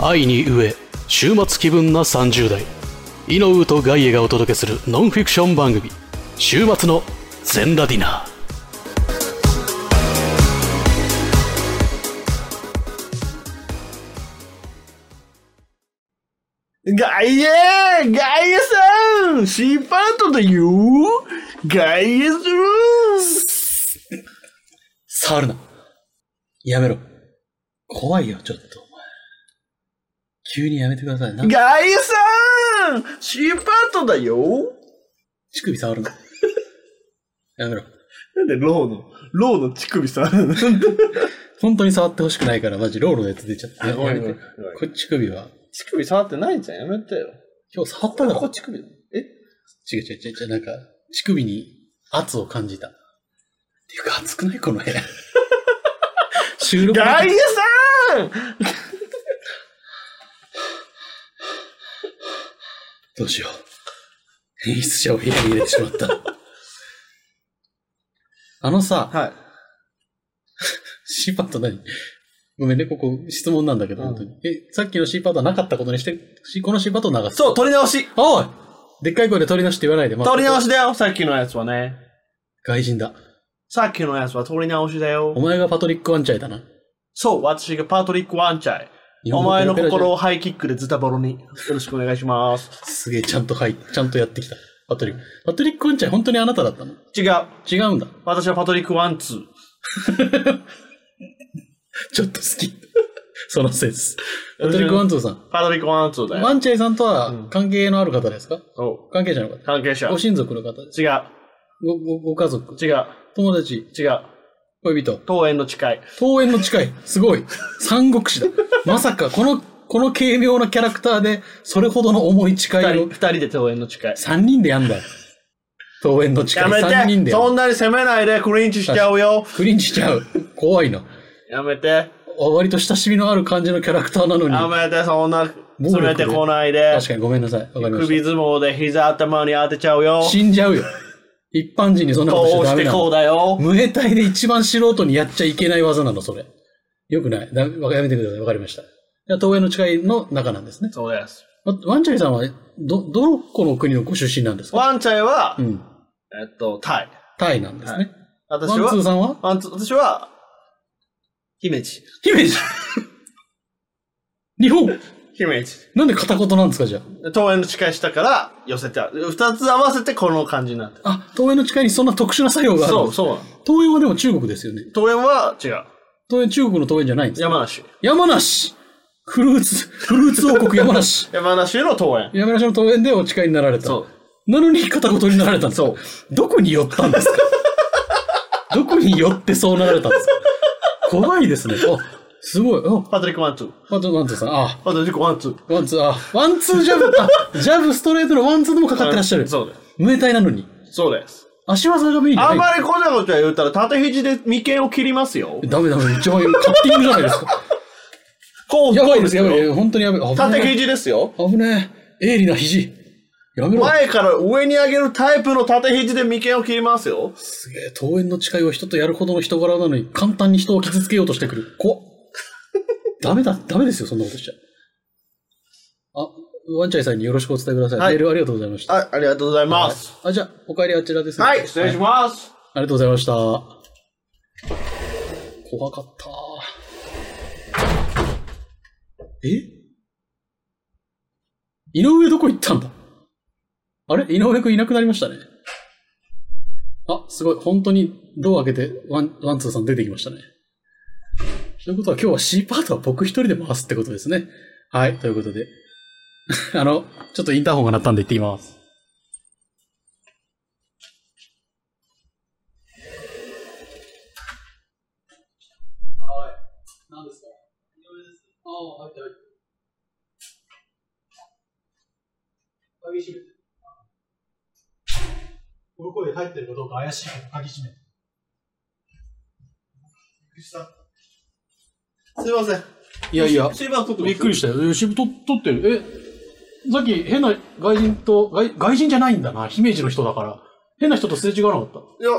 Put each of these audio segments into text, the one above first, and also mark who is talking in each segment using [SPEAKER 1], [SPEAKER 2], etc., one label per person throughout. [SPEAKER 1] 愛に飢え週末気分な30代イノウとガイエがお届けするノンフィクション番組「週末の全ラディナー」
[SPEAKER 2] ガイエーガイエさん !C パートだよガイエス
[SPEAKER 3] 触るな。やめろ。怖いよ、ちょっと。お前急にやめてください。なんか
[SPEAKER 2] ガイエさん !C パートだよ
[SPEAKER 3] 乳首触るな。やめろ。
[SPEAKER 2] なんでローの、ローの乳首さ。なんで
[SPEAKER 3] 本当に触ってほしくないから、マジロールのやつ出ちゃった。ややめて。こっち首は。
[SPEAKER 2] 乳首触ってないじゃん、やめてよ。
[SPEAKER 3] 今日触っただ
[SPEAKER 2] こ
[SPEAKER 3] ろ
[SPEAKER 2] っ。ち首だ。え
[SPEAKER 3] 違う違う違う違う。なんか、乳首に圧を感じた。っていうか、暑くないこの部屋。収録
[SPEAKER 2] ガイエ
[SPEAKER 3] どうしよう。演出者を部屋に入れてしまった。あのさ、
[SPEAKER 2] さんはい。
[SPEAKER 3] C パート何ごめんね、ここ質問なんだけど、
[SPEAKER 2] うん
[SPEAKER 3] 本当に。え、さっきの C パートはなかったことにして、しこの C パートを流す。
[SPEAKER 2] そう、取り直し
[SPEAKER 3] おいでっかい声で取り直しって言わないで、まあ
[SPEAKER 2] 取り直しだよ、さっきのやつはね。
[SPEAKER 3] 外人だ。
[SPEAKER 2] さっきのやつは取り直しだ
[SPEAKER 3] お
[SPEAKER 2] よ。
[SPEAKER 3] 前がパトリック・ワンチャイだな。
[SPEAKER 2] そう、私がパートリック・ワンチャイ。お前の心をハイキックでズタボロに。よろしくお願いします。
[SPEAKER 3] すげえ、ちゃんと、はい、ちゃんとやってきた。パトリック。パトリック・ワンチャイ、本当にあなただったの
[SPEAKER 2] 違う。
[SPEAKER 3] 違うんだ。
[SPEAKER 2] 私はパトリック・ワンツー。
[SPEAKER 3] ちょっと好き。そのセンス。パトリック・ワンツーさん。
[SPEAKER 2] パトリック・ワンツーだよ。
[SPEAKER 3] ワンチャイさんと
[SPEAKER 2] う
[SPEAKER 3] は
[SPEAKER 2] ん
[SPEAKER 3] 関係のある方ですか、
[SPEAKER 2] そう
[SPEAKER 3] 関係者の方。
[SPEAKER 2] 関係者。違
[SPEAKER 3] ご
[SPEAKER 2] う。
[SPEAKER 3] 親族の方です。
[SPEAKER 2] 違
[SPEAKER 3] ご、ご、ご家族。
[SPEAKER 2] う。
[SPEAKER 3] 友達。
[SPEAKER 2] 違う。
[SPEAKER 3] 恋人。
[SPEAKER 2] 桃園の誓い。
[SPEAKER 3] 桃園の近い。すごい。三国志だ。まさか、この、この軽妙なキャラクターで、それほどの重い誓
[SPEAKER 2] 二
[SPEAKER 3] い
[SPEAKER 2] 人
[SPEAKER 3] を、
[SPEAKER 2] 二人で桃園の誓い。
[SPEAKER 3] 三人でやんだよ。桃園の誓い。
[SPEAKER 2] やめ
[SPEAKER 3] 三人
[SPEAKER 2] て
[SPEAKER 3] でや
[SPEAKER 2] そ
[SPEAKER 3] る。
[SPEAKER 2] んなに責めないでクリンチしちゃうよ
[SPEAKER 3] クリンチしちゃう。怖いな。
[SPEAKER 2] やめて
[SPEAKER 3] 割と親しみのある感じのキャラクターなの
[SPEAKER 2] や
[SPEAKER 3] に。
[SPEAKER 2] めてそん
[SPEAKER 3] 暴
[SPEAKER 2] な
[SPEAKER 3] 力
[SPEAKER 2] 詰
[SPEAKER 3] で
[SPEAKER 2] めてこないで
[SPEAKER 3] 確かにごめんなさい。わかりまし
[SPEAKER 2] 首相撲で膝頭に当てちゃうよ
[SPEAKER 3] た。死んじゃうよ。一般人にそんなことしち
[SPEAKER 2] こ
[SPEAKER 3] ゃ
[SPEAKER 2] う
[SPEAKER 3] ダ
[SPEAKER 2] し
[SPEAKER 3] メ
[SPEAKER 2] て
[SPEAKER 3] な
[SPEAKER 2] こう
[SPEAKER 3] の。
[SPEAKER 2] だよ
[SPEAKER 3] 無兵隊で一番素人にやっちゃいけない技なの、それ。よくない。だわかやめてください。わかりました。じゃあ、桃園の誓いの中なんですね。
[SPEAKER 2] そうです
[SPEAKER 3] わワンチャイさんは、ど、どこの国のご出身なんですか
[SPEAKER 2] ワンチャイは
[SPEAKER 3] う、ん。
[SPEAKER 2] えっと、タイ。
[SPEAKER 3] タイなんですね。
[SPEAKER 2] 私
[SPEAKER 3] ワンツー
[SPEAKER 2] は、
[SPEAKER 3] さんは
[SPEAKER 2] ワンツー私は、姫路。
[SPEAKER 3] 姫路日本
[SPEAKER 2] 姫路。
[SPEAKER 3] なんで片言なんですかじゃ
[SPEAKER 2] 桃園の誓いしたから、寄せてある。二つ合わせてこの感じになってる。
[SPEAKER 3] あ。あ、東園の誓いにそんな特殊な作用がある
[SPEAKER 2] そ
[SPEAKER 3] の
[SPEAKER 2] う、そうなの。
[SPEAKER 3] 東園はでも中国ですよね。
[SPEAKER 2] 桃園は、違う。
[SPEAKER 3] 東園中国の東園じゃないんですか
[SPEAKER 2] 山梨。
[SPEAKER 3] 山梨フルーツ、フルーツ王国山梨
[SPEAKER 2] 山梨の桃園。
[SPEAKER 3] 山梨の東園でお誓いになられた。
[SPEAKER 2] そう。
[SPEAKER 3] なのに片言になられたんですそう。どこに寄ったんですか どこに寄ってそうなられたんですか怖いですね。あ、すごい。あ、
[SPEAKER 2] パトリックワンツー。
[SPEAKER 3] ワンツーワンツーさん。あ、
[SPEAKER 2] パトリックワンツー。
[SPEAKER 3] ワンツー、あ、ワンツージャブ、あ、ジャブストレートのワンツーでもかかってらっしゃる。
[SPEAKER 2] そうです。
[SPEAKER 3] 無体なのに。
[SPEAKER 2] そうです。
[SPEAKER 3] 足技がメインじゃ
[SPEAKER 2] あ
[SPEAKER 3] なんい。
[SPEAKER 2] まりこんなこと言ったら、縦肘で眉間を切りますよ。
[SPEAKER 3] ダメダメ、一番カッティングじゃないですか。
[SPEAKER 2] こう、
[SPEAKER 3] やばい
[SPEAKER 2] こう
[SPEAKER 3] です、やばい。本当にやばい。危
[SPEAKER 2] 縦
[SPEAKER 3] ね
[SPEAKER 2] 肘ですよ。
[SPEAKER 3] え。危ねえ。鋭利な肘。やめろ。
[SPEAKER 2] 前から上に上げるタイプの縦肘で眉間を切りますよ。
[SPEAKER 3] すげえ、桃園の誓いを人とやるほどの人柄なのに、簡単に人を傷つけようとしてくる。怖っ。ダメだ、ダメですよ、そんなことしちゃ。あ、ワンチャイさんによろしくお伝えください。
[SPEAKER 2] はい
[SPEAKER 3] メールありがとうございました。
[SPEAKER 2] あ、ありがとうございます。
[SPEAKER 3] あ、じゃあ、お帰りあちらですね。
[SPEAKER 2] はい、失礼します。
[SPEAKER 3] ありがとうございました。怖かった。え井上どこ行ったんだあれ井上くんいなくなりましたね。あ、すごい。本当にドア開けてワン、ワンツーさん出てきましたね。ということは今日は C パートは僕一人で回すってことですね。はい。ということで。 あの、ちょっとインターホンが鳴ったんで行ってきます。はい。何ですか井上です。ああ、はい、はい。鍵閉めて。この声で入ってるかどうか怪しいから鍵閉めて。
[SPEAKER 2] すいません。
[SPEAKER 3] いやいや、
[SPEAKER 2] すいません、
[SPEAKER 3] びっくりしたよ。シフト取ってる。え、さっき変な外人と、外外人じゃないんだな。姫路の人だから。変な人とすれ違わなかった。
[SPEAKER 2] いや、あ、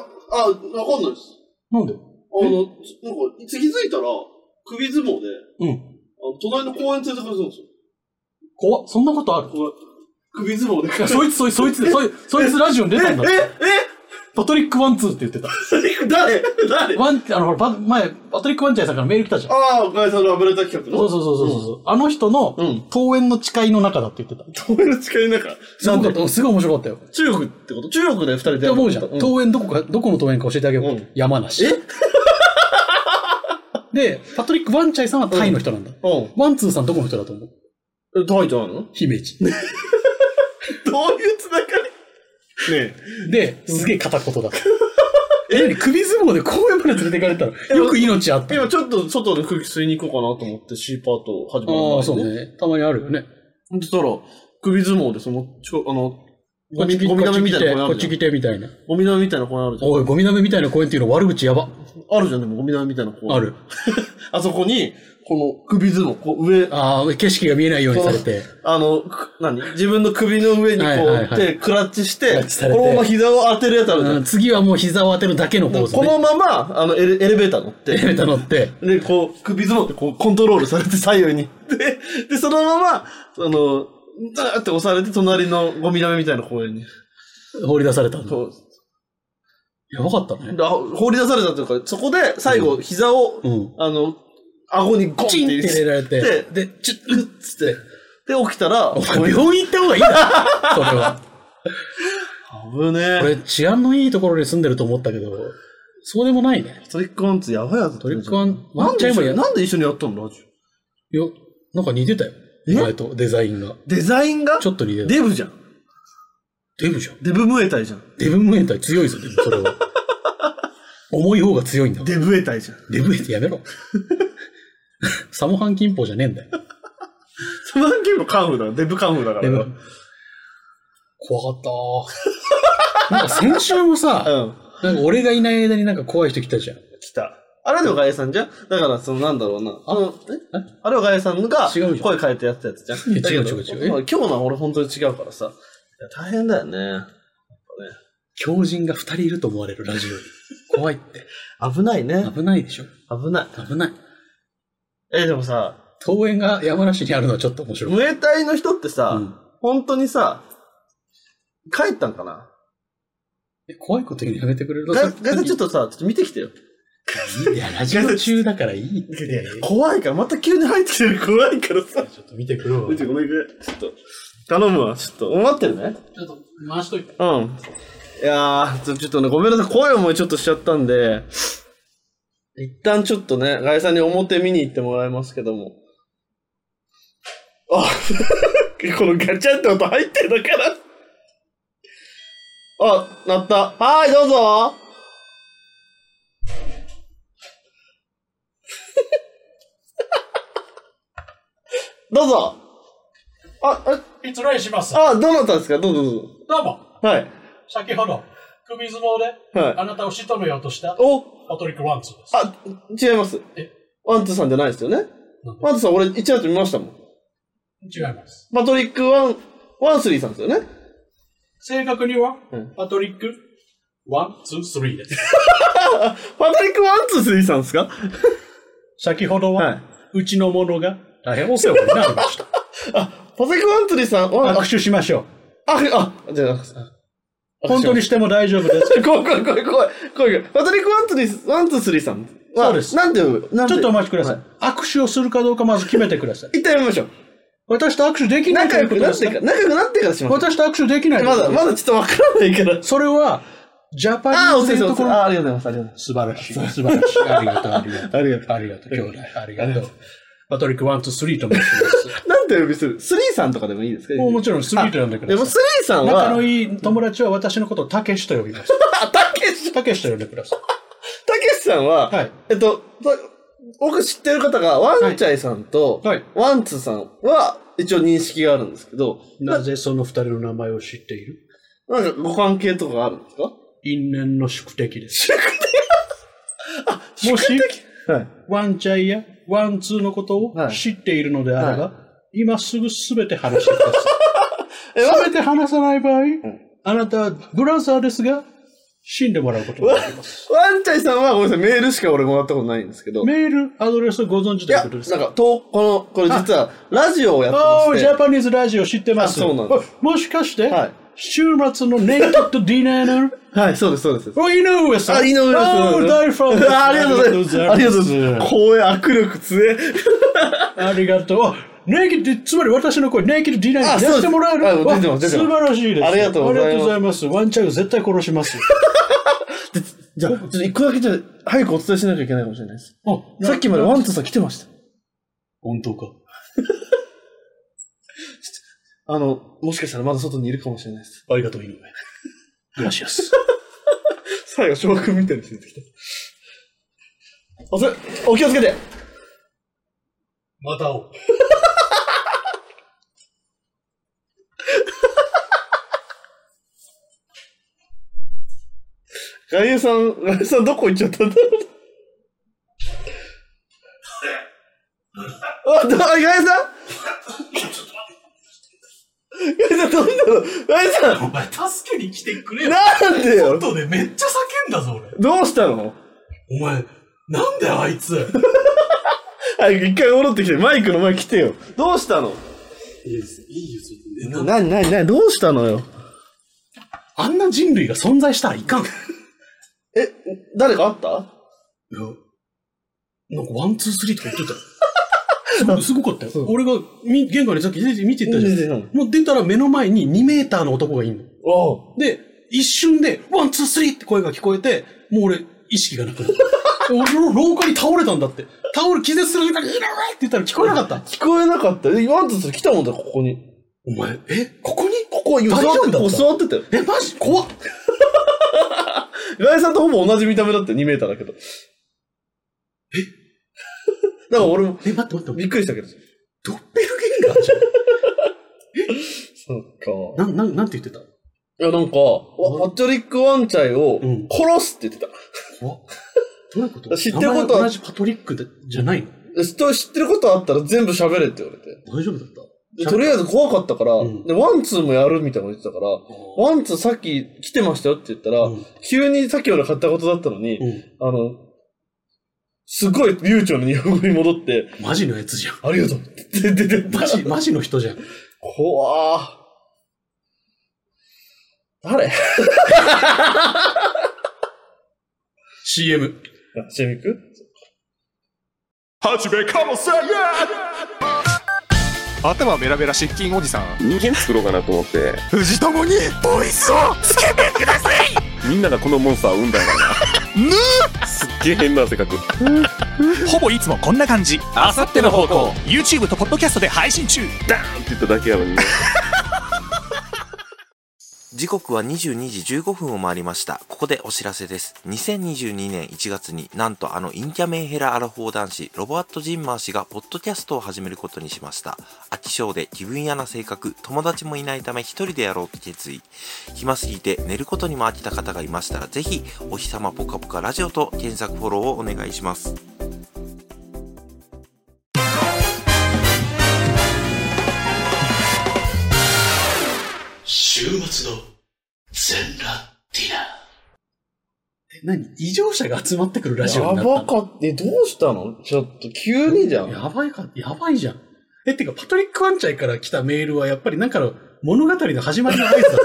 [SPEAKER 2] わかんないです。
[SPEAKER 3] なんで
[SPEAKER 2] あの、つなんか、気づいたら、首相撲で、
[SPEAKER 3] うん。
[SPEAKER 2] あの、隣の公園連れてかれたんですよ。
[SPEAKER 3] 怖っそんなことある
[SPEAKER 2] こう首相撲で。
[SPEAKER 3] いやそいつ、そいつ、そいつ、そいそいつラジオに出たんだ。パトリック・ワンツーって言ってた。
[SPEAKER 2] え誰誰
[SPEAKER 3] ワン、あの、ほら、パ前、パトリック・ワンチャイさんからメール来たじゃん。
[SPEAKER 2] ああ、おかえさんのあぶれた企画
[SPEAKER 3] そ
[SPEAKER 2] の
[SPEAKER 3] う。そうそうそうそう、あの人の
[SPEAKER 2] うん、
[SPEAKER 3] 桃園の誓いの中だって言ってた。
[SPEAKER 2] 遠いの近い中。
[SPEAKER 3] なんだと、すごい面白かったよ。っ
[SPEAKER 2] 中国ってこと中国で二人で
[SPEAKER 3] て
[SPEAKER 2] やる
[SPEAKER 3] 思うじゃん。
[SPEAKER 2] う
[SPEAKER 3] 桃園どこか、どこの桃園か教えてあげよう。
[SPEAKER 2] うん
[SPEAKER 3] 山梨。
[SPEAKER 2] え
[SPEAKER 3] で、パトリック・ワンチャイさんはタイの人なんだ。
[SPEAKER 2] うん。
[SPEAKER 3] ワンツーさんどこの人だと思う
[SPEAKER 2] え、タイじゃないの
[SPEAKER 3] 姫路。
[SPEAKER 2] どういうつながりね
[SPEAKER 3] で、すげえ片言だ った。え、何首相撲で公園まで連れてかれたら、よく命あった
[SPEAKER 2] え。
[SPEAKER 3] ね。
[SPEAKER 2] 今ちょっと外で空気吸いに行こうかなと思って C パート始まる前に
[SPEAKER 3] ああ、そう。ね。たまにあるよね。
[SPEAKER 2] そしたら、首相撲でその、ちょ、あの、ゴミ、ゴミ溜めみたい
[SPEAKER 3] こ
[SPEAKER 2] な公園あ
[SPEAKER 3] っ
[SPEAKER 2] るじ
[SPEAKER 3] ち
[SPEAKER 2] ゃん
[SPEAKER 3] 来。てみたいな。
[SPEAKER 2] ゴミ溜めみたいな公園あるじゃん。
[SPEAKER 3] おい、ゴミ溜めみたいな公園っていうの悪口やば。
[SPEAKER 2] あるじゃん、でもゴミ溜めみたいな公園。
[SPEAKER 3] あ。る。
[SPEAKER 2] あそこに、この首相撲、こう上、
[SPEAKER 3] ああ、景色が見えないようにされて。
[SPEAKER 2] あの、く何自分の首の上にこう、
[SPEAKER 3] はいはいはい
[SPEAKER 2] 手クラッチし
[SPEAKER 3] ク
[SPEAKER 2] て
[SPEAKER 3] ラッチ、さ
[SPEAKER 2] こ
[SPEAKER 3] れて
[SPEAKER 2] のまま膝を当てるやつあるじゃん。
[SPEAKER 3] うん次はもう膝を当てるだけのポーズ
[SPEAKER 2] こ
[SPEAKER 3] ね。
[SPEAKER 2] のまま、あの、エレエレベーター乗っ
[SPEAKER 3] エレベー
[SPEAKER 2] て、
[SPEAKER 3] ター乗って。
[SPEAKER 2] で、こう、首相撲ってこう、コントロールされて左右に。で、で、そのまま、あの、ザーって押されて、隣のゴミ溜めみたいな公園に。
[SPEAKER 3] 放り出されたんだ。
[SPEAKER 2] こ
[SPEAKER 3] やばかったね
[SPEAKER 2] う、。であ放り出されたというか、そこで、最後、膝を、
[SPEAKER 3] うん。
[SPEAKER 2] あの、顎にゴンって
[SPEAKER 3] チンって
[SPEAKER 2] 入れ
[SPEAKER 3] 入れ
[SPEAKER 2] て、
[SPEAKER 3] られて。で、ちょ、うっつって。
[SPEAKER 2] で、起きたら、
[SPEAKER 3] お前病院行った方がいいな。 それは。
[SPEAKER 2] 危ねえ。
[SPEAKER 3] 俺、治安のいいところに住んでると思ったけど、そうでもないね。
[SPEAKER 2] トリックワンツやばいやつ。
[SPEAKER 3] トリックワン
[SPEAKER 2] な
[SPEAKER 3] ワ
[SPEAKER 2] んで一緒
[SPEAKER 3] ンチャイムや
[SPEAKER 2] になんで一緒にやったのラジオ。
[SPEAKER 3] いや、なんか似てたよ。
[SPEAKER 2] え
[SPEAKER 3] 前とデザインが。
[SPEAKER 2] デザインが
[SPEAKER 3] ちょっと似てた。
[SPEAKER 2] デブじゃん。
[SPEAKER 3] デブじゃん。
[SPEAKER 2] デブムエタイじゃん。
[SPEAKER 3] デブムエタイ強いぞ、でもそれ は。重い方が強いんだ。
[SPEAKER 2] デブエタイじゃん。
[SPEAKER 3] デブエタイやめろ。サモハンキンポじゃねえんだよ。
[SPEAKER 2] その時もカンフーだからデブカンフーだから。
[SPEAKER 3] デブ。怖かったーなんか先週もさ、
[SPEAKER 2] うん。
[SPEAKER 3] なんか俺がいない間になんか怖い人来たじゃん。
[SPEAKER 2] 来た。あれでもガエさんじゃんだから、その、なんだろうな。あの、えあれはガエさんが
[SPEAKER 3] 違うじゃん
[SPEAKER 2] 声変えてやってたやつじゃん。
[SPEAKER 3] いや
[SPEAKER 2] だけど
[SPEAKER 3] 違う違う違うえ
[SPEAKER 2] まあ今日のは俺本当に違うからさ。いや大変だよね。
[SPEAKER 3] 狂人が二人いると思われるラジオに。怖いって。
[SPEAKER 2] 危ないね。
[SPEAKER 3] 危ないでしょ。
[SPEAKER 2] 危ない。
[SPEAKER 3] 危ない。
[SPEAKER 2] え、でもさ、
[SPEAKER 3] 桃園が山梨にあるのはちょっと面白い。
[SPEAKER 2] ムエタイの人ってさ、
[SPEAKER 3] うん
[SPEAKER 2] 本当にさ、帰ったんかな
[SPEAKER 3] え怖いこと言うのやめてくれる
[SPEAKER 2] ガエガエさんちょっとさ、ちょっと見てきてよ。
[SPEAKER 3] いや、ラジオ中だからいいって。
[SPEAKER 2] 怖いから、また急に入ってきてる怖いからさ。
[SPEAKER 3] ちょっと見てくるわ。
[SPEAKER 2] 見て、ごめんぐちょっと、頼むわ。ちょっと、待ってるね。
[SPEAKER 3] ちょっと回しといて。
[SPEAKER 2] うん。いやー、ちょちょっとね、ごめんなさい。怖い思いちょっとしちゃったんで、一旦ちょっとね、ガイさんに表見に行ってもらいますけども。あ このガチャンって音入ってるから。あ、鳴った。はーい、どうぞ どうぞあ、
[SPEAKER 4] 失礼します。
[SPEAKER 2] あ、あ、どうなったんですかどうぞどうぞ。
[SPEAKER 4] どうも、
[SPEAKER 2] はい。
[SPEAKER 4] 先ほど、首相撲で、
[SPEAKER 2] はい
[SPEAKER 4] あなたを仕留めようとした、
[SPEAKER 2] お
[SPEAKER 4] パトリック・ワンツーです。
[SPEAKER 2] あ、違います
[SPEAKER 4] え。
[SPEAKER 2] ワンツーさんじゃないですよね。
[SPEAKER 4] なんで
[SPEAKER 2] ワンツーさん、俺、一話見ましたもん。
[SPEAKER 4] 違います。
[SPEAKER 2] パトリック・ワン、ワンスリーさんですよね。
[SPEAKER 4] 正確には、
[SPEAKER 2] うん
[SPEAKER 4] パトリック・ワンツー・スリーです。
[SPEAKER 2] パトリック・ワンツースリーさんですか
[SPEAKER 4] 先ほどは、
[SPEAKER 2] はいう
[SPEAKER 4] ちの者が大変お世話になりました。
[SPEAKER 2] パトリック・ワンツースリーさん、ワン、あ、
[SPEAKER 4] 握手しましょ
[SPEAKER 2] あ、あじゃあ、
[SPEAKER 4] う。本当にしても大丈夫です。
[SPEAKER 2] 怖い怖い怖い怖い怖い。パトリック・ワンツーリー、ワンツースリーさん。
[SPEAKER 4] そうです
[SPEAKER 2] なんて読むなん
[SPEAKER 4] ち
[SPEAKER 2] て
[SPEAKER 4] ょっとお待ちください。
[SPEAKER 2] は
[SPEAKER 4] 握手をするかどうかまず決めてください。
[SPEAKER 2] 一旦読みましょう。
[SPEAKER 4] 私と握手できないと
[SPEAKER 2] 仲
[SPEAKER 4] いうことで
[SPEAKER 2] 良くなっ
[SPEAKER 4] す
[SPEAKER 2] て
[SPEAKER 4] か
[SPEAKER 2] から、仲良くなってからします。
[SPEAKER 4] 私と握手できないという
[SPEAKER 2] ま
[SPEAKER 4] こと
[SPEAKER 2] だ、
[SPEAKER 4] です
[SPEAKER 2] まだちょっとわからないから。
[SPEAKER 4] それは、ジャ
[SPEAKER 2] あ
[SPEAKER 4] パ
[SPEAKER 2] ー、
[SPEAKER 4] ニー
[SPEAKER 2] お
[SPEAKER 4] ズ
[SPEAKER 2] 世
[SPEAKER 4] の
[SPEAKER 2] 話
[SPEAKER 4] とこ
[SPEAKER 2] 様
[SPEAKER 4] ろ
[SPEAKER 2] あー、ありがとうございます。
[SPEAKER 4] 素晴らしい、素晴らしい。ありがとう、ありがとう。ありがとう、兄弟。ありがとう。パトリック、ワン、ツー、スリーと申し ます。
[SPEAKER 2] なんて呼びするスリーさんとかでもいいですか
[SPEAKER 4] もうもちろん、スリーと呼んでく
[SPEAKER 2] で
[SPEAKER 4] だ
[SPEAKER 2] も、
[SPEAKER 4] さ
[SPEAKER 2] スリーさ
[SPEAKER 4] い。
[SPEAKER 2] ん
[SPEAKER 4] 仲の
[SPEAKER 2] は、
[SPEAKER 4] いい友達は私のことをたけしと呼び ます。
[SPEAKER 2] あ、たけし、
[SPEAKER 4] たけしと呼んでください。
[SPEAKER 2] たけしさんは、
[SPEAKER 4] はい。
[SPEAKER 2] えっと、と僕知ってる方が、ワンチャイさんと、
[SPEAKER 4] はいはい
[SPEAKER 2] ワンツーさんは、一応認識があるんですけど、
[SPEAKER 4] なぜその二人の名前を知っている
[SPEAKER 2] なんかご関係とかあるんですか
[SPEAKER 4] 因縁の宿敵です。もし、
[SPEAKER 2] はい。
[SPEAKER 4] ワンチャイやワンツーのことを
[SPEAKER 2] はい
[SPEAKER 4] 知っているのであれば、
[SPEAKER 2] は
[SPEAKER 4] 今すぐすべて話してく ださい。
[SPEAKER 2] え、
[SPEAKER 4] すべて話さない場合、あなたはブラザーですが、死んでもらうことになります。
[SPEAKER 2] ワンチャイさんはごめんなさい、メールしか俺もらったことないんですけど。い
[SPEAKER 4] メール、アドレスをご存知という
[SPEAKER 2] や、
[SPEAKER 4] こ
[SPEAKER 2] な
[SPEAKER 4] と
[SPEAKER 2] んか
[SPEAKER 4] ですか、
[SPEAKER 2] と、この、これ実は、ラジオをやって
[SPEAKER 4] あ
[SPEAKER 2] ま
[SPEAKER 4] あ、
[SPEAKER 2] し
[SPEAKER 4] ジ
[SPEAKER 2] て
[SPEAKER 4] ャ、パニーズラジオ知ってます。
[SPEAKER 2] あそうなんです
[SPEAKER 4] あもしかして、
[SPEAKER 2] はい
[SPEAKER 4] 週末のネイキッドディナーの、
[SPEAKER 2] はい、そうです、そうです。
[SPEAKER 4] お、井上さん。
[SPEAKER 2] あ、井上さん。
[SPEAKER 4] あー大ファンです
[SPEAKER 2] あありがとうございます。ありがとうございます。光栄、握力強え。
[SPEAKER 4] ありがとう。あネイキッド、つまり私の声、ネイキッドディナー
[SPEAKER 2] あ
[SPEAKER 4] にやってもらえる。
[SPEAKER 2] そうですあ出てます
[SPEAKER 4] わ
[SPEAKER 2] 出てます
[SPEAKER 4] 素晴らしいです。
[SPEAKER 2] ありがとうご
[SPEAKER 4] あ
[SPEAKER 2] ざいます
[SPEAKER 4] りがとうございます。ワンチャイル絶対殺し ますよ。
[SPEAKER 2] じゃあ、ちょっと一個だけじゃ、早くお伝えしなきゃいけないかもしれないです。さっきまでワンツーさん来てました。
[SPEAKER 4] 本当か。
[SPEAKER 2] あの、もしかしたらまだ外にいるかもしれないです。
[SPEAKER 4] ありがとう、井上。 グラシアス。
[SPEAKER 2] 最後、翔くんみたいに出てきた。おせ、お気をつけて
[SPEAKER 4] またお。
[SPEAKER 2] ガイエさん、ガイエさんどこ行っちゃったんだろうな。あ、あガイエさんガイエさんどうしたのガイエさん
[SPEAKER 1] お前助けに来てくれ
[SPEAKER 2] なんでよ
[SPEAKER 1] とでめっちゃ叫んだぞ
[SPEAKER 2] どうしたの
[SPEAKER 1] 俺お前なんであいつ
[SPEAKER 2] はい、一回戻ってきて、マイクの前来てよ。どうしたの
[SPEAKER 1] いいですいいです
[SPEAKER 2] なになになにどうしたのよ。
[SPEAKER 1] あんな人類が存在したらいかん
[SPEAKER 2] え、誰かあった
[SPEAKER 1] いや、なんかワン、ツー、スリーとか言 ってたよ。すごすごかったよ。俺がみ玄関にさっき出て見てったじゃ
[SPEAKER 2] 出てたの
[SPEAKER 1] ん。もう出たら目の前に2メーターの男がいんの。
[SPEAKER 2] お
[SPEAKER 1] で、一瞬で、ワン、ツー、スリーって声が聞こえて、もう俺、意識がなくな った。俺の廊下に倒れたんだって。倒れ、気絶する時間に、いらないって言ったら聞こえなかった。
[SPEAKER 2] 聞こえなかった。え、ワンツーさん来たもんだ、ここに。
[SPEAKER 1] お前、え、ここに
[SPEAKER 2] ここ、座っ
[SPEAKER 1] 大丈夫だ
[SPEAKER 2] て、
[SPEAKER 1] った
[SPEAKER 2] ここ座ってたよ。
[SPEAKER 1] え、マジ怖っ。
[SPEAKER 2] ガイさんとほぼ同じ見た目だって2メーターだけ ど。えだから俺も
[SPEAKER 1] え、待って待って待って、
[SPEAKER 2] びっくりしたけど。
[SPEAKER 1] ドッペルゲンガーじ
[SPEAKER 2] そっか。
[SPEAKER 1] ゃ ん。な、な、なんて言ってた
[SPEAKER 2] いや、なんか、わパトリック・ワンチャイを
[SPEAKER 1] うん
[SPEAKER 2] 殺すって言ってた。
[SPEAKER 1] 怖っ。どういうこと
[SPEAKER 2] 知ってることは
[SPEAKER 1] 名前同じパトリックでじゃないの
[SPEAKER 2] 知って知ってることあったら全部喋れって言われて。
[SPEAKER 1] 大丈夫だった
[SPEAKER 2] でとりあえず怖かったから、
[SPEAKER 1] うん
[SPEAKER 2] で、ワンツーもやるみたいなこと言ってたから、ワンツーさっき来てましたよって言ったら、
[SPEAKER 1] うん
[SPEAKER 2] 急にさっき俺買ったことだったのに、
[SPEAKER 1] うん
[SPEAKER 2] あの、すごい悠長な日本語に戻って、
[SPEAKER 1] マジのやつじゃん。
[SPEAKER 2] ありがと うって出てった
[SPEAKER 1] マ ジ、マジの人じゃん。
[SPEAKER 2] 怖ー誰
[SPEAKER 1] CM。
[SPEAKER 2] シェミク
[SPEAKER 5] 頭ベラベラ失禁おじさん
[SPEAKER 6] 人間作ろうかなと思って
[SPEAKER 5] 藤友にボイスをつけてください
[SPEAKER 6] みんながこのモンスターを産んだんだなすっげえ変な性格
[SPEAKER 5] ほぼいつもこんな感じあさっての方向 YouTube とポッドキャストで配信中
[SPEAKER 6] って言っただけやのにね
[SPEAKER 7] 時刻は22時15分を回りました。ここでお知らせです。2022年1月になんとあのインキャメンヘラアラフォー男子、ロバート・ジンマー氏がポッドキャストを始めることにしました。飽き性で気分屋な性格、友達もいないため一人でやろうと決意。暇すぎて寝ることにも飽きた方がいましたら、ぜひ、お日様ぽかぽかラジオと検索フォローをお願いします。
[SPEAKER 1] 週末の全裸ディナー。
[SPEAKER 3] 何異常者が集まってくるラジ
[SPEAKER 2] や
[SPEAKER 3] オになった
[SPEAKER 2] ばかった。え、どうしたのちょっと急にじゃん。
[SPEAKER 3] やばいか、やばいじゃん。え、てか、パトリック・ワンチャイから来たメールは、やっぱりなんかの物語の始まりの合図だ っ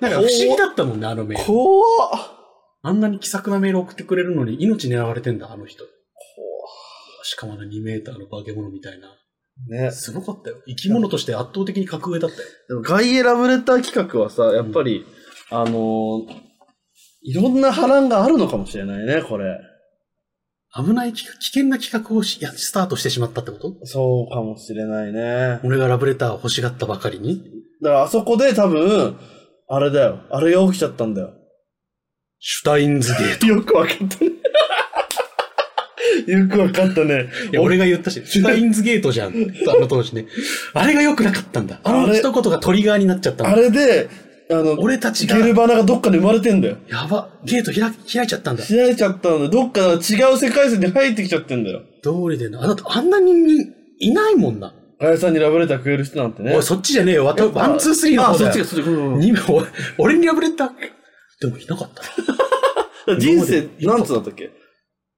[SPEAKER 3] た。なんか不思議だったもんね、あのメール。
[SPEAKER 2] 怖っ
[SPEAKER 3] あんなに気さくなメール送ってくれるのに命狙われてんだ、あの人。しかもあの2メーターの化け物みたいな。
[SPEAKER 2] ね。
[SPEAKER 3] すごかったよ。生き物として圧倒的に格上だったよ。
[SPEAKER 2] でも外エラブレター企画はさ、やっぱり、あのー、いろんな波乱があるのかもしれないね、これ。
[SPEAKER 3] 危ない企画、危険な企画をしやスタートしてしまったってこと
[SPEAKER 2] そうかもしれないね。
[SPEAKER 3] 俺がラブレターを欲しがったばかりに、
[SPEAKER 2] だからあそこで多分、あれだよ。あれが起きちゃったんだよ。
[SPEAKER 3] シュタインズゲート。
[SPEAKER 2] よくわかったね。よくわかった ね。
[SPEAKER 3] いや、俺が言ったし、シュタインズゲートじゃん。あの当時ね。あれが良くなかったんだ。あ
[SPEAKER 2] あ
[SPEAKER 3] の
[SPEAKER 2] れ
[SPEAKER 3] 一言がトリガーになっちゃったんだ
[SPEAKER 2] あれで、あの、
[SPEAKER 3] 俺たち
[SPEAKER 2] ゲ
[SPEAKER 3] が、
[SPEAKER 2] ルバナがどっかで生まれてんだよ。
[SPEAKER 3] やば、ゲート開き開いちゃったんだ。
[SPEAKER 2] 知られちゃったんだよ。どっか違う世界線に入ってきちゃってんだよ。
[SPEAKER 3] どうりでな。あだってあんな人間いないもんな。
[SPEAKER 2] ガヤさんにラブレター食える人なんてね。
[SPEAKER 3] おい、そっちじゃねえよ。わた、ワン、ツー、スリーの
[SPEAKER 2] あ、
[SPEAKER 3] 方
[SPEAKER 2] そっ
[SPEAKER 3] だ
[SPEAKER 2] ちが
[SPEAKER 3] よ。
[SPEAKER 2] そっちが。うん
[SPEAKER 3] 二名おい俺にラブレターでもいなかったな。
[SPEAKER 2] 人生何つだったっけ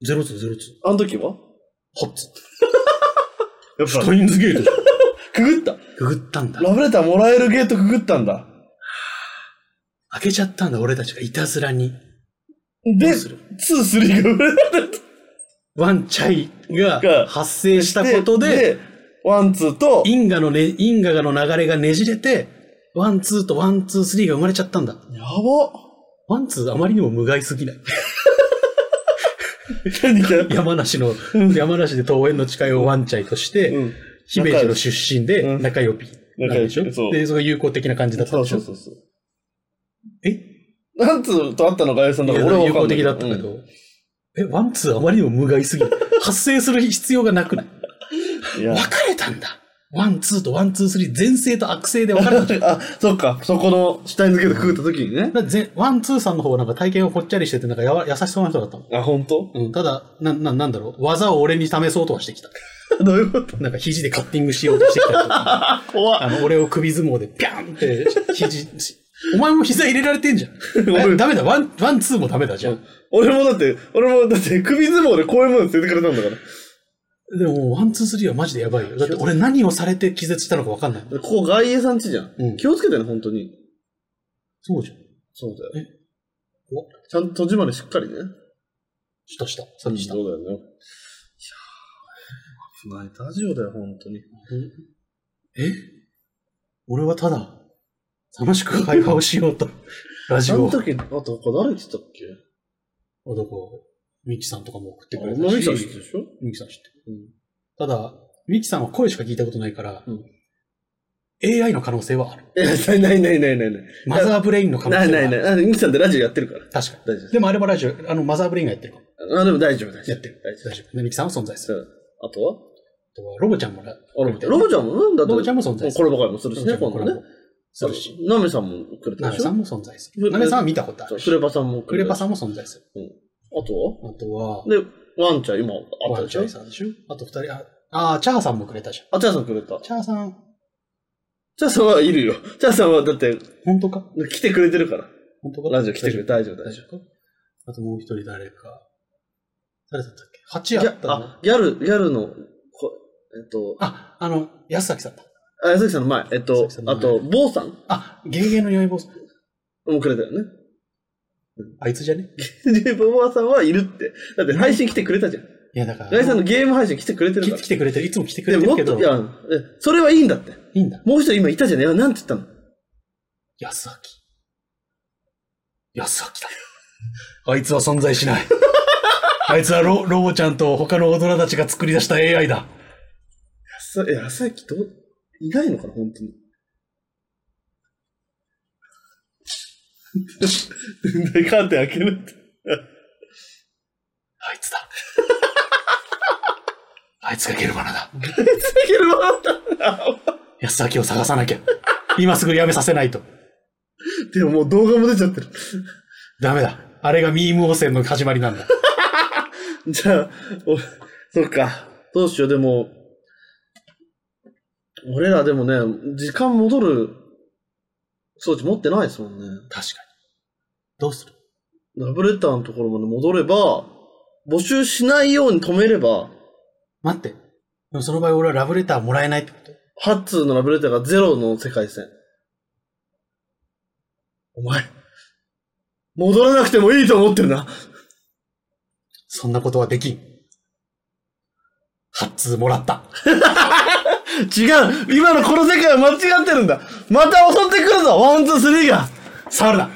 [SPEAKER 3] ゼロツゼロツ。
[SPEAKER 2] あの時は
[SPEAKER 3] 8つ。
[SPEAKER 2] やっ
[SPEAKER 3] スタインズゲートじゃん。
[SPEAKER 2] くぐった。
[SPEAKER 3] くぐったんだ。
[SPEAKER 2] ラブレターもらえるゲートくぐったんだ。
[SPEAKER 3] 開けちゃったんだ、俺たちがいたずらに。
[SPEAKER 2] で、
[SPEAKER 3] す
[SPEAKER 2] 2、
[SPEAKER 3] る
[SPEAKER 2] 3が売れ
[SPEAKER 3] ワンチャイ
[SPEAKER 2] が
[SPEAKER 3] が発生したことで、、
[SPEAKER 2] ワン、ツーと、
[SPEAKER 3] 因果のね、因果の流れがねじれて、ワン、ツーとワン、ツー、スリーが生まれちゃったんだ。
[SPEAKER 2] やば
[SPEAKER 3] ワン、ツーあまりにも無害すぎない。
[SPEAKER 2] 何か、
[SPEAKER 3] 山梨の、山梨で桃園の誓いをワンチャイとして、
[SPEAKER 2] うん。
[SPEAKER 3] 姫路の出身で
[SPEAKER 2] うん
[SPEAKER 3] 仲良ぴ。なんでしょ
[SPEAKER 2] 仲良ぴそう
[SPEAKER 3] で、それが友好的な感じだった
[SPEAKER 2] そ
[SPEAKER 3] で
[SPEAKER 2] う
[SPEAKER 3] し
[SPEAKER 2] そ
[SPEAKER 3] ょ
[SPEAKER 2] うそうそう。
[SPEAKER 3] え
[SPEAKER 2] ワン、ツーと会ったのがあゆさんだから、俺は
[SPEAKER 3] 友
[SPEAKER 2] 分か
[SPEAKER 3] 好
[SPEAKER 2] んない
[SPEAKER 3] 的だったけど、え、ワン、ツーあまりにも無害すぎ る。発生する必要がなくない
[SPEAKER 2] うんいや
[SPEAKER 3] 別れたんだ。ワン、ツーとワン、ツー、スリー、前世と悪性で別れた じゃん。
[SPEAKER 2] あ、そっか、そこの死体付けてくぐった時にね。
[SPEAKER 3] だからぜワン、ツーさんの方はなんか体験をぽっちゃりしてて、なんかやわ優しそうな人だったもん。
[SPEAKER 2] あ、本当？
[SPEAKER 3] うん、ただ、な、な、なんだろう。技を俺に試そうとはしてきた。
[SPEAKER 2] どういうこと
[SPEAKER 3] なんか肘でカッティングしようとしてきたりとか。
[SPEAKER 2] 怖
[SPEAKER 3] あの、俺を首相撲でピャンって、肘、お前も膝入れられてんじゃん。
[SPEAKER 2] 俺
[SPEAKER 3] えダメだ、ワン、ワン、ツーもダメだじゃん。
[SPEAKER 2] 俺もだって、俺もだって首相撲でこういうもの連れてくれたんだか
[SPEAKER 3] でも、ワン、ツー、スリーはマジでやばいよ。だって俺何をされて気絶したのかわかんない。
[SPEAKER 2] ら。ここ外衛さん家じゃん。
[SPEAKER 3] うん
[SPEAKER 2] 気をつけてね、本当に。
[SPEAKER 3] そうじゃん。
[SPEAKER 2] そうだよ
[SPEAKER 3] え怖。
[SPEAKER 2] ちゃんと閉じまでしっかりね。
[SPEAKER 3] したした。さっきした。
[SPEAKER 2] そうだよね。いやー危ないラジオだよ、本当に。
[SPEAKER 3] え俺はただ、楽しく会話をしようと。ラジ
[SPEAKER 2] あ
[SPEAKER 3] オ
[SPEAKER 2] の
[SPEAKER 3] を。
[SPEAKER 2] 時、あと他誰来てたっけ
[SPEAKER 3] どこ、ミキさんとかも送ってくれ
[SPEAKER 2] あ
[SPEAKER 3] たし。
[SPEAKER 2] 女の人たちでしょ
[SPEAKER 3] ミキさん知ってる。
[SPEAKER 2] うん
[SPEAKER 3] ただ、ミキさんは声しか聞いたことないから、
[SPEAKER 2] うん
[SPEAKER 3] AI の可能性はある。
[SPEAKER 2] いや、ないないないないないない。
[SPEAKER 3] マザーブレインの可能性は
[SPEAKER 2] な
[SPEAKER 3] あ
[SPEAKER 2] い
[SPEAKER 3] る。
[SPEAKER 2] ないない。あのミキさんでラジオやってるから。
[SPEAKER 3] 確か
[SPEAKER 2] 大丈夫
[SPEAKER 3] に。でもあれはラジオ、あの、マザーブレインがやってるかも。
[SPEAKER 2] あ、でも大丈夫、大丈夫。
[SPEAKER 3] やってる。
[SPEAKER 2] 大丈
[SPEAKER 3] 大丈夫。でミキさんは存在す
[SPEAKER 2] 夫。
[SPEAKER 3] る。
[SPEAKER 2] うんあとは
[SPEAKER 3] あとはロボちゃんもら
[SPEAKER 2] あロボちゃん。ロボちゃんもなんだって
[SPEAKER 3] ロボちゃんも存在す
[SPEAKER 2] コ
[SPEAKER 3] る。
[SPEAKER 2] ラボ会もするしね、今
[SPEAKER 3] ロボちゃんもコラ
[SPEAKER 2] 度ね
[SPEAKER 3] ボ。するし。
[SPEAKER 2] ナメさんもくれた
[SPEAKER 3] ナ
[SPEAKER 2] で
[SPEAKER 3] メ
[SPEAKER 2] しょ
[SPEAKER 3] さんも存在す
[SPEAKER 2] ふ
[SPEAKER 3] る。ナメさんは見たことあ
[SPEAKER 2] そ
[SPEAKER 3] る
[SPEAKER 2] う。クレパさんも
[SPEAKER 3] クレパさ
[SPEAKER 2] ん。
[SPEAKER 3] んも存在する。
[SPEAKER 2] あとは
[SPEAKER 3] あとは、
[SPEAKER 2] で、ワンちゃん今あった
[SPEAKER 3] ワン
[SPEAKER 2] でし
[SPEAKER 3] チ
[SPEAKER 2] ょ
[SPEAKER 3] ャイさんでしょあと二人、あ、あーチャーさんもくれたじゃん。
[SPEAKER 2] あ、チャーさんくれた。
[SPEAKER 3] チャーさん、
[SPEAKER 2] チャーさんはいるよ。チャーさんはだって
[SPEAKER 3] 本当か
[SPEAKER 2] 来てくれてるから。
[SPEAKER 3] 本当か
[SPEAKER 2] ラジオ来てくれて大丈夫大丈
[SPEAKER 3] 夫かあともう一人誰か。誰だったっけ八
[SPEAKER 2] 夫。ギ
[SPEAKER 3] や
[SPEAKER 2] ャ
[SPEAKER 3] ったの
[SPEAKER 2] あ、ギャル、ギャルの、こえっと、
[SPEAKER 3] あ、あの、安崎さんだ。
[SPEAKER 2] あ、矢崎さんの前、えっ
[SPEAKER 3] 矢
[SPEAKER 2] と
[SPEAKER 3] 崎さん、の
[SPEAKER 2] あ
[SPEAKER 3] 前
[SPEAKER 2] と、坊さん
[SPEAKER 3] あ、ゲゲゲの宵坊さん。
[SPEAKER 2] もくれたよね。
[SPEAKER 3] あいつじゃね
[SPEAKER 2] で、坊さんはいるって。だって配信来てくれたじゃん。
[SPEAKER 3] いや、だから。
[SPEAKER 2] ガイさんのゲーム配信来てくれてる
[SPEAKER 3] き
[SPEAKER 2] から
[SPEAKER 3] 来。てくれてる。いつも来てく
[SPEAKER 2] で
[SPEAKER 3] れて
[SPEAKER 2] も
[SPEAKER 3] る
[SPEAKER 2] っ
[SPEAKER 3] け
[SPEAKER 2] と、
[SPEAKER 3] ど
[SPEAKER 2] い、や、えそれはいいんだって。
[SPEAKER 3] いいんだ。
[SPEAKER 2] もう一人今いたじゃねえよ。なんて言ったの
[SPEAKER 3] 安崎。安崎だ。あいつは存在しない。あいつはロロボちゃんと他の大人たちが作り出した AI だ。
[SPEAKER 2] さ、え、朝きどう、いないのかな、本当に。で、カーテン開けるって。
[SPEAKER 3] あいつだ。あいつがゲルマナだ。
[SPEAKER 2] 開けるわ
[SPEAKER 3] 安崎を探さなきゃ。今すぐやめさせないと。
[SPEAKER 2] でももう動画も出ちゃってる。
[SPEAKER 3] ダメだ。あれがミーム汚染の始まりなんだ。
[SPEAKER 2] じゃあ、お、そっか。どうしよう、でも、俺らでもね、時間戻る装置持ってないですもんね。
[SPEAKER 3] 確かに。どうする
[SPEAKER 2] ラブレターのところまで戻れば、募集しないように止めれば、
[SPEAKER 3] 待って。でもその場合俺はラブレターもらえないってこと
[SPEAKER 2] ハッツーのラブレターがゼロの世界線。お前、戻らなくてもいいと思ってるな。
[SPEAKER 3] そんなことはできん。8通もらった。
[SPEAKER 2] 違う今のこの世界は間違ってるんだまた襲ってくるぞワン、ツー、スリーが
[SPEAKER 3] 触 るな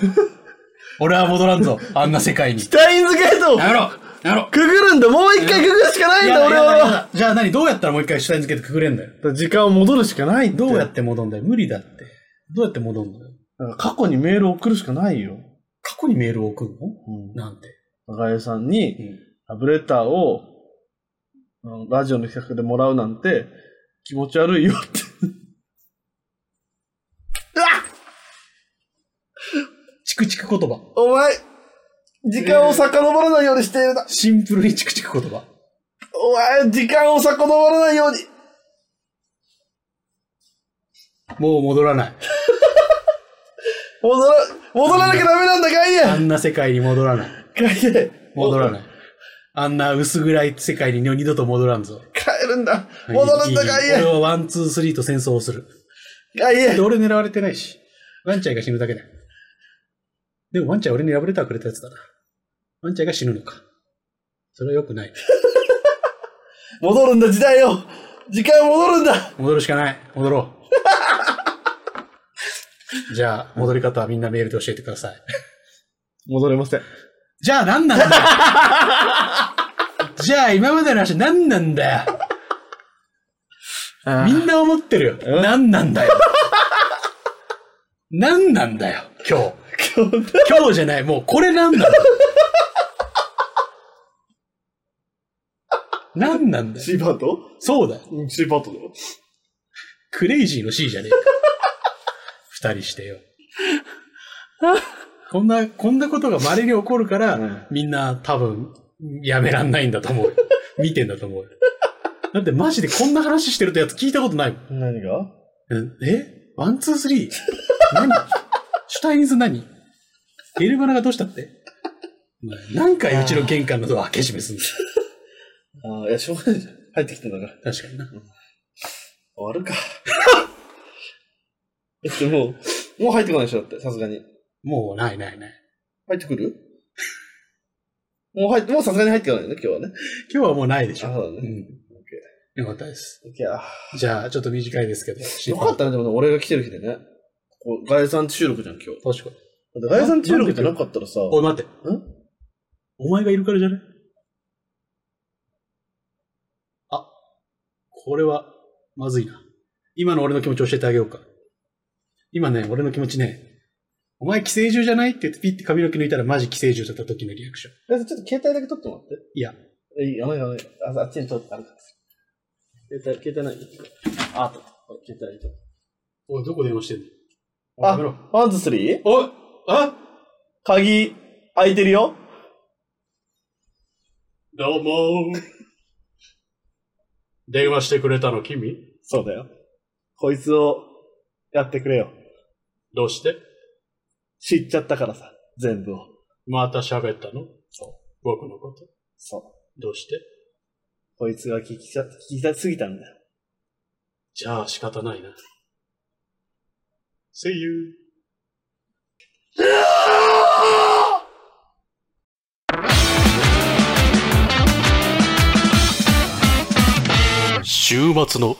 [SPEAKER 3] 俺は戻らんぞ。あんな世界に。
[SPEAKER 2] タインズゲート を
[SPEAKER 3] やめろやめろ
[SPEAKER 2] くぐるんだもう一回くぐるしかないん
[SPEAKER 3] やだ
[SPEAKER 2] だ俺
[SPEAKER 3] やだや
[SPEAKER 2] は
[SPEAKER 3] だじゃあ何どうやったらもう一回主体付けてくぐれんだよ。
[SPEAKER 2] 時間を戻るしかない
[SPEAKER 3] どうやってて戻んだよ。無理だって。どうやって戻んだよ。
[SPEAKER 2] 過去にメールを送るしかないよ。
[SPEAKER 3] 過去にメールを送るの
[SPEAKER 2] うん
[SPEAKER 3] なんて。
[SPEAKER 2] 長江さんに、ラブレターを、あのラジオの企画でもらうなんて、気持ち悪いよって。うわ
[SPEAKER 3] チクチク言葉。
[SPEAKER 2] お前、時間を遡らないようにしているな。
[SPEAKER 3] シンプルにチクチク言葉。
[SPEAKER 2] お前、時間を遡らないように。
[SPEAKER 3] もう戻らない。
[SPEAKER 2] 戻ら、戻らなきゃダメなんだ、ガイ
[SPEAKER 3] あ
[SPEAKER 2] エ
[SPEAKER 3] んな世界に戻らない。
[SPEAKER 2] ガイエ
[SPEAKER 3] 戻らない。あんな薄暗い世界に二度と戻らんぞ。
[SPEAKER 2] 帰るんだ戻るんだ、ガイ
[SPEAKER 3] 俺
[SPEAKER 2] エ
[SPEAKER 3] はワン、ツー、スリーと戦争をする。
[SPEAKER 2] ガイエ
[SPEAKER 3] で、俺狙われてないし。ワンちゃんが死ぬだけだ。でもワンちゃん俺にラブレターくれたやつだな。ワンちゃんが死ぬのか。それは良くない。
[SPEAKER 2] 戻るんだ、時代よ時間戻るんだ
[SPEAKER 3] 戻るしかない。戻ろう。じゃあ、戻り方はみんなメールで教えてください。
[SPEAKER 2] 戻れません。
[SPEAKER 3] じゃあ何なんだよ じゃあ今までの話何なんだよみんな思ってるよ。何なん だよ。何なんだよ、今日。今日じゃない、もうこれ何なん だよ。何なんだよ。
[SPEAKER 2] C パート
[SPEAKER 3] そうだよ。
[SPEAKER 2] うん ?C パートだよ。
[SPEAKER 3] クレイジーの C じゃねえか。 二人してよ。こんな、こんなことが稀に起こるから、みんな多分、やめらんないんだと 思うよ。見てんだと思うよ。だってマジでこんな話してるとやつ聞いたことないもん。
[SPEAKER 2] 何が
[SPEAKER 3] うんえワン、ツー、スリー何シュタインズ何エルバナがどうしたってお前何回うちの玄関のドア開け閉めすんだよ
[SPEAKER 2] ああ、いや、しょうがないじゃん。入ってきてんだから。
[SPEAKER 3] 確かにな。
[SPEAKER 2] 終わるか。 だってもう、もう入ってこないでしょ、だって、さすがに。
[SPEAKER 3] もうないないない。
[SPEAKER 2] 入ってくるもう入って、もうさすがに入ってこないね、今日はね。
[SPEAKER 3] 今日はもうないでし
[SPEAKER 2] あ
[SPEAKER 3] ょ。
[SPEAKER 2] そうだ
[SPEAKER 3] う
[SPEAKER 2] ね。
[SPEAKER 3] ん。よかったです。
[SPEAKER 2] いや
[SPEAKER 3] じゃあ、ちょっと短いですけど。
[SPEAKER 2] よかったね、でもね、俺が来てる日でね。ここ、ガイさん収録じゃん、今日。
[SPEAKER 3] 確かに。
[SPEAKER 2] だってガイさん収録じゃなかったらさ、
[SPEAKER 3] おい、待って。お前がいるからじゃねあ、これは、まずいな。今の俺の気持ち教えてあげようか。今ね、俺の気持ちね、お前寄生獣じゃないって言ってピッて髪の毛抜いたらマジ寄生獣だった時のリアクション。
[SPEAKER 2] ガイさんちょっと携帯だけ撮ってもらって。
[SPEAKER 3] いや、
[SPEAKER 2] え、いい、やばいやばい。ああっちに撮ってあるから。携帯、携帯ないあ、あった。これ携帯に撮って。
[SPEAKER 3] おい、どこ電話してんの
[SPEAKER 2] あ、ワンズスリーおあ鍵、開いてるよ。
[SPEAKER 3] どうも電話してくれたの君
[SPEAKER 2] そうだよ。こいつを、やってくれよ。
[SPEAKER 3] どうして
[SPEAKER 2] 知っちゃったからさ、全部を。
[SPEAKER 3] また喋ったの僕のこと。
[SPEAKER 2] そう。
[SPEAKER 3] どうして
[SPEAKER 2] こいつが聞きさ、聞きたすぎたんだよ。
[SPEAKER 3] じゃあ仕方ないな。See you. 週末の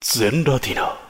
[SPEAKER 3] 全ラティナ。